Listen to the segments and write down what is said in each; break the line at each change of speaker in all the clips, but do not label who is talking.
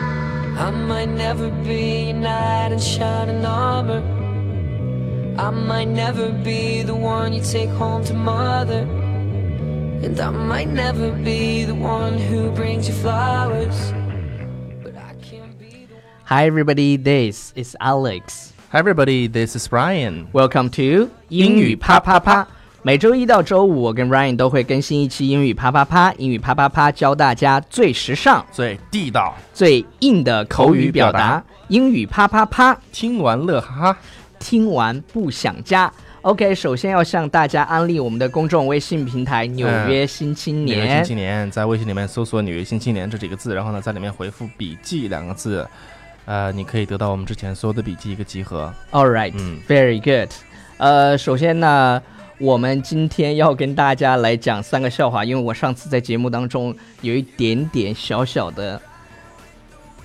I might never be a knight in shining armor. I might never be the one you take home to mother. And I might never be the one who brings you flowers. But I can't be the one.
Hi, everybody. This is Alex.
Hi everybody, this is Ryan。
Welcome to 英语啪啪啪。每周一到周五，我跟 Ryan 都会更新一期英语啪啪啪。英语啪啪啪教大家最时尚、
最地道，
最硬的口语表达。英语啪啪啪，
听完乐哈哈。
听完不想加。OK，首先要向大家安利我们的公众微信平台《纽约新青
呃纽约
年
新》青年，在微信里面搜索“纽约新青年”这几个字，然后呢，在里面回复“笔记”两个字，呃，你可以得到我们之前所有的笔记一个集合。
All right，
嗯
very good。呃，首先呢，我们今天要跟大家来讲三个笑话，因为我上次在节目当中有一点点小小的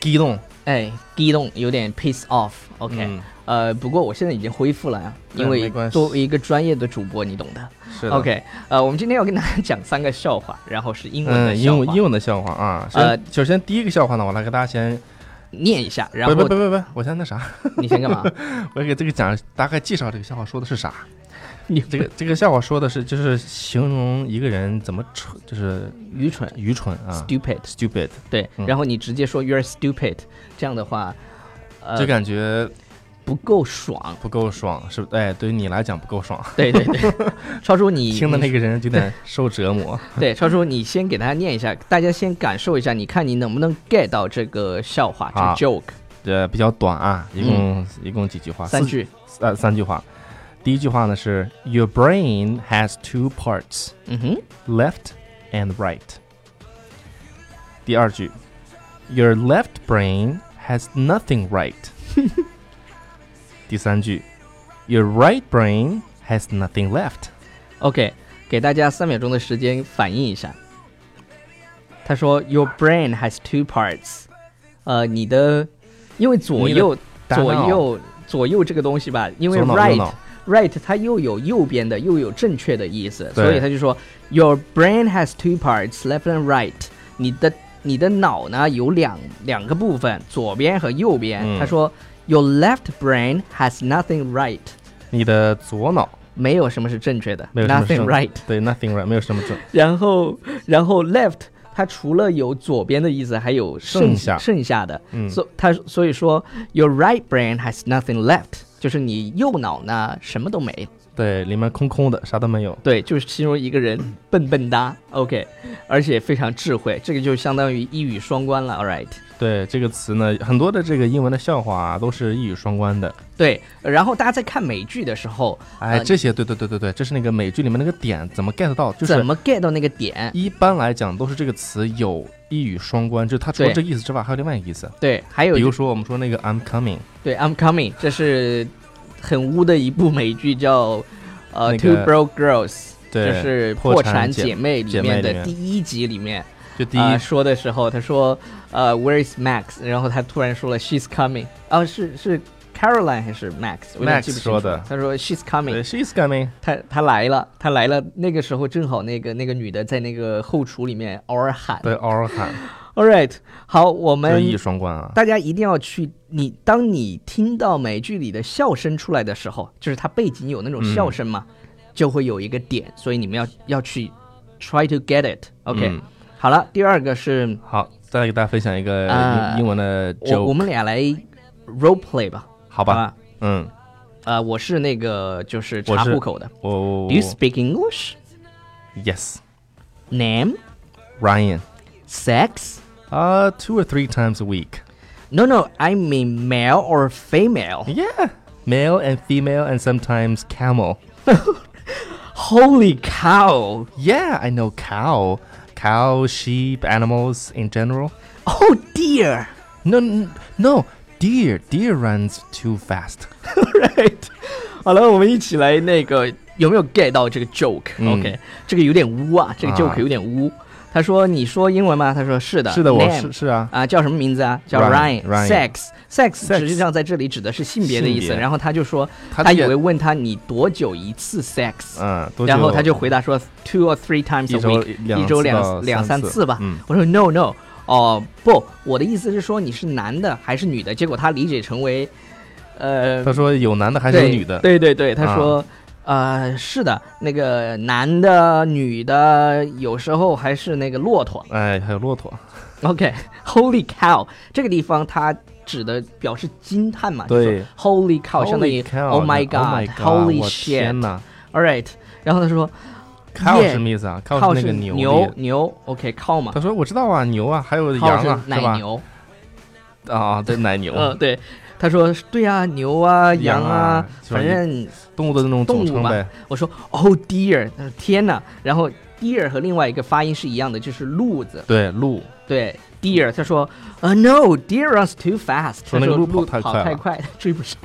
激动，
哎激动，有点 piss off。OK，、
嗯
呃，不过我现在已经恢复了呀，
对
因为
没关系
作为一个专业的主播，你懂的。
是的
OK，呃，我们今天要跟大家讲三个笑话，然后是英文的
嗯，
笑
英
话，
文英文的笑话啊。首
呃
先首先第一个笑话呢，我来给大家先，
念一下，然
不
后
不不不不，我先那啥，
你先干嘛？
我给这个讲大概介绍这个笑话说的是啥。
你
这个这个笑话说的是就是形容一个人怎么蠢，就是
愚蠢
愚蠢啊
，stupid。
，stupid，
对，
嗯
然后你直接说 you're stupid，这样的话，呃，
就感觉
不够爽。
不够爽，是不？哎，对于你来讲不够爽，
对对 对，超叔你
听的那个人有点受折 磨。
对超叔你先给大家念一下，大家先感受一下，你看你能不能 get 到这个笑话，
好
这个 joke
呃，比较短啊，一共、一共几句话，
三
四
句。
呃三句话。第一句话呢是 Your brain has two parts,
嗯哼
left and right。第二句，Your left brain has nothing right。第三句，Your right brain has nothing left。
，OK，给大家三秒钟的时间反应一下。他说 Your brain has two parts，呃，你的因为左
你的
右
大
左
脑
右左右这个东西吧，因为
左脑右
right
脑
right 它又有右边的，又有正确的意思，
对
所以他就说 Your brain has two parts, left and right。你的你的脑呢有两两个部分，左边和右边。
嗯
他说 Your left brain has nothing right，
你的左脑
没有什么是正确的
没有什么
，nothing
正
right。
对 nothing right 没有什么正
然后然后 left 它除了有左边的意思，还有剩
剩下
剩下的。
嗯
所、它所以说 Your right brain has nothing left，就是你右脑呢什么都没了。
对，里面空空的，啥都没有。
对，就是形容一个人笨笨哒，OK，而且非常智慧，这个就相当于一语双关了，All right。
对这个词呢，很多的这个英文的笑话啊，都是一语双关的。
对，然后大家在看美剧的时候，
哎，
呃
这些对对对对对，这是那个美剧里面那个点怎么 get 到？就是
怎么 get 到那个点？
一般来讲都是这个词有一语双关，就它除了
对
这个意思之外，还有另外一个意思。
对，还有
比
就
如说我们说那个 I'm coming，
对，I'm coming，这是很污的一部美剧，叫呃、
那
Two
个
Broke Girls，
对
就是《
破
破
产
产
姐
姐妹》里
姐妹
面
里
的
面
第一集里面，
就第一、
啊、说的时候，他说呃 Where is Max？然后他突然说了 She's coming，哦、是是 Caroline 还是 Max？我有点
Max
记不清
说
楚
的哎
他说 She's coming，
对 She's coming，
他他来了，他来了。那个时候正好那个那个女的在那个后厨里面偶尔喊。
对，嗷嗷喊，
，All right，好，我
就是
们
一语双关啊。
大家一定要去你，当你听到美剧里的笑声出来的时候，就是它背景有那种笑声嘛，
嗯
就会有一个点，所以你们要要去 try to get it。OK，、
嗯
好了，第二个是
好，再来给大家分享一个英、
啊
英文的
我
joke，
我们俩啊来 role play 吧，
好
好
吧？
吧？
嗯，
呃，我是那个就是
我
查
是
户口的。
我我
Do you speak English?
Yes
Name,
Ryan，
sex?
啊、t w o or three times a week。
No, no, I mean male or female.
Yeah, male and female, and sometimes camel.
Holy cow!
Yeah, I know cow, cow, sheep, animals in general.
Oh dear!
No, n- no, deer, deer runs too fast.
Right，好了，我们一起来那个有没有 get 到这个 joke？OK，、
嗯
这个有点污啊，这个
啊
joke 有点污。他说：“你说英文吗？”他说：“是的，
是的，我
Name
是是啊，
啊，叫什么名字啊？叫
Ryan，Ryan
Sex。Sex
Sex
实际上在这里指的是性别的意思。
性别
然后他就说，
他
他以
这个
为问他你多久一次 sex，、
嗯，多
然后
久
他就回答说 two or three times
一
a
周
week，
两
一周
次
两
到
两
三
次吧。
嗯
我说 no no，哦，不，我的意思是说你是男的还是女的，结果他理解成为，呃，
他说有男的还是有
对
女的？
对对对，他
啊
说，呃，是的，那个男的、女的，有时候还是那个骆驼。
哎，还有骆驼，
OK，Holy、cow，这个地方它指的表示惊叹嘛，就
对
是说，Holy cow，相当于
Holy cow，
Oh my
Oh
God，Holy
my God，我天
shit，All
呐
right，然后他说
cow 是
Yeah，
什么意思啊
靠
？cow 是那
是
个
牛
牛
牛
的。
，OK，靠嘛
他，说我知道啊，牛啊，还有
靠
羊啊，
是
是
奶
吧？
牛，
啊，对，奶牛，
嗯，对，他说对呀、牛啊，羊啊，
是吧
反正
动物的那种总
动
称
物嘛
呗。
我说 Oh dear，他说天哪，然后 dear 和另外一个发音是一样的，就是路子，
对，鹿，
对。Deer，他说，呃、n o d e a r runs too fast。他
说那个
说
路跑
路
太
跑
快
太
了
快， 追不上。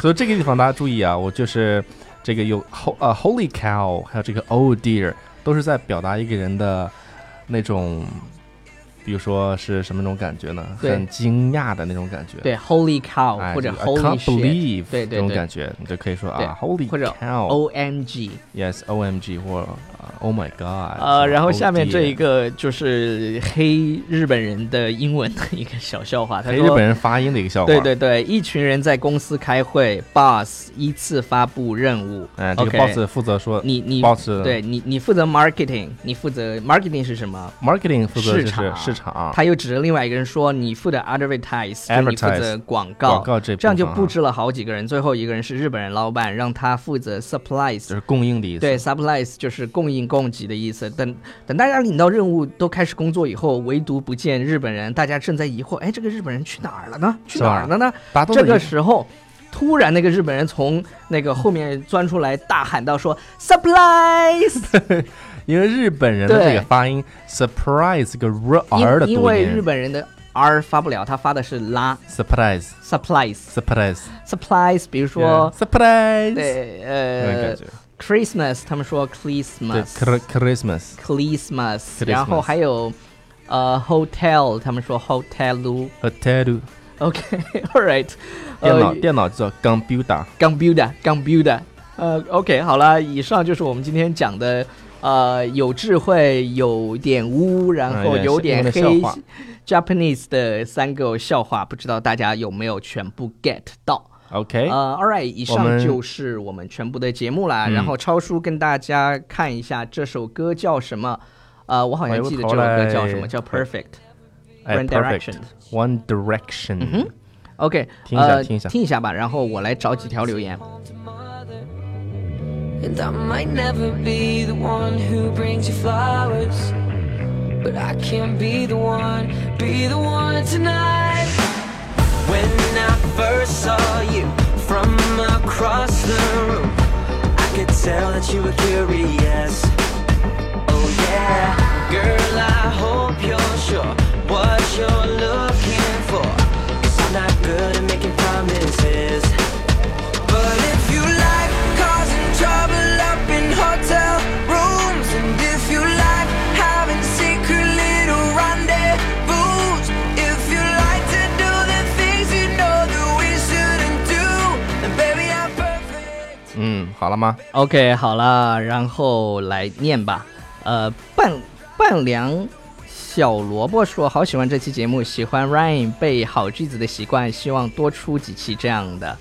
所以这个地方大家注意啊，我就是这个有 ho 呃 holy cow，还有这个 oh dear，都是在表达一个人的那种，比如说是什么那种感觉呢？
对
很惊讶的那种感觉。。
对，Holy cow，、
哎、
或者
这个 I
Holy
can't
shit。
believe
对对
这种
对
感觉，你就可以说
对
啊，Holy
或者哦
cow，yes，O
O M G，
M G 或啊 Oh my god，
呃，然后下面这一
个
个就是黑日本人的英文的一个小笑话，他
黑日本
说，
人发音的一个笑话，
对，对对，一群人在公司开会，boss 依次发布任务，
哎，这个
OK
boss 负责说
你你
，boss
对你你负责 marketing，你负责 marketing 是什
啊
么？
marketing 负责
市
就是
场
市场
他又指着另外一个人说，你负责 advertise，就是你负
Advertise，
责广
广
告，
告这
这样就
部分啊
布置了好几个人，最后一个人是日本人老板，让他负责 supplies，
就是供应的意思，
对，supplies 就是供应供给的意思。等等，大家领到任务都开始工作以后，唯独不见日本人，大家正在疑惑：哎，这个日本人去哪儿了呢？去
是
哪
吧
儿了呢？
大家都
这
在
个
一
时候，突然那个日本人从那个后面钻出来，大喊道：“说 supplies！”
因为日本人的
对
这个发音 surprise 跟 r r 的
因因
读
为日
音
本人的 r 发不了，他发的是拉
surprise
supplies
surprise
supplies。比如说
yeah，surprise
对
那种
呃
感觉，
Christmas，他们说
对
Christmas。
Christmas
Christmas，
Christmas
然后还有呃 hotel，他们说 hotel。
hotel
OK，all right，
电脑
呃
电脑叫 computer
，computer，computer，呃，OK，好了，以上就是我们今天讲的。呃，有智慧，有点污，然后
哎
有点
英文的
黑
笑话
，Japanese 的三个笑话，不知道大家有没有全部 get 到？
OK，
呃，All right，以
我
上
们
就是我们全部的节目啦。
嗯
然后超叔跟大家看一下这首歌叫什么？呃，我好像
回过
记得
哎
这首
头
歌
来
叫什么，叫
回
Perfect。
哎
One
perfect
Direction
One Direction，
嗯哼 OK，
听一下
呃
听一下
听一下吧。然后我来找几条留言。
And I might never be the one who brings you flowers. But I can be the one, be the one tonight. When I first saw you from across the room, I could tell that you were curious. Oh yeah, girl, I hope you're sure what you're looking for. Cause I'm not good at making promises. But if you like causing trouble up in hotel rooms, and if you like having secret little rendezvous, if you like to do the things you know that we shouldn't do, then baby, I'm perfect.
嗯，好了吗？
OK，好了，然后来念吧。呃，半半凉小萝卜说：“好喜欢这期节目，喜欢 Ryan 背好句子的习惯，希望多出几期这样的。”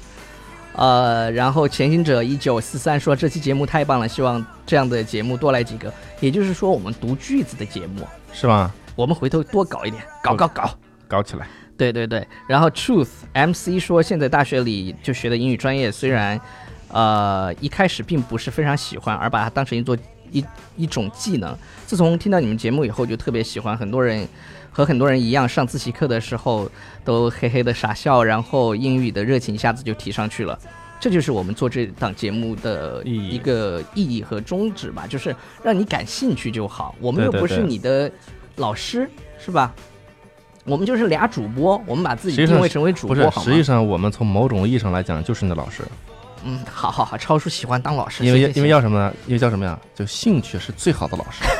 呃，然后前行者一九四三说：“这期节目太棒了，希望这样的节目多来几个。”也就是说，我们读句子的节目，
是吧？
我们回头多搞一点，搞搞搞。
搞起来，
对对对，然后 Truth MC 说，现在大学里就学的英语专业，虽然，呃，一开始并不是非常喜欢，而把它当成一座一一种技能。自从听到你们节目以后，就特别喜欢。很多人和很多人一样，上自习课的时候都嘿嘿的傻笑，然后英语的热情一下子就提上去了。这就是我们做这档节目的
意义
一个意义和宗旨吧，就是让你感兴趣就好。我们
对
又
对
不是
对
你的老师，是吧？我们就是俩主播，我们把自
实
己
际上
定位成为主
不是
播，好
实际
吗？
上我们从某种意义上来讲就是你的老师，
嗯，好好好，超叔喜欢当老师，
因为
谢谢
因为要什么呢？因为叫什么呀？就兴趣是最好的老师。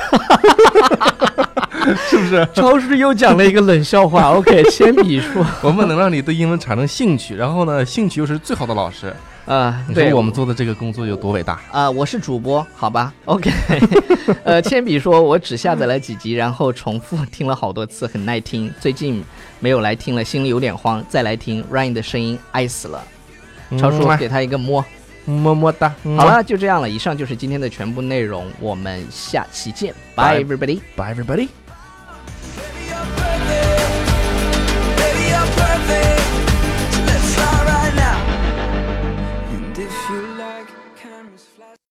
超叔又讲了一个冷笑话。OK，铅笔说，
我们能让你对英文产生兴趣，然后呢，兴趣又是最好的老师，
呃，
你
对
说我们做的这个工作有多伟大？
啊、我是主播，好吧，OK。呃，铅笔说，我只下载了几集，然后重复听了好多次，很耐听。最近没有来听了，心里有点慌，再来听 Ryan 的声音，爱死了。超叔，
嗯
给他一个摸。
么么哒。嗯
好了，就这样了。以上就是今天的全部内容，我们下期见，拜
拜
everybody。
，Bye everybody。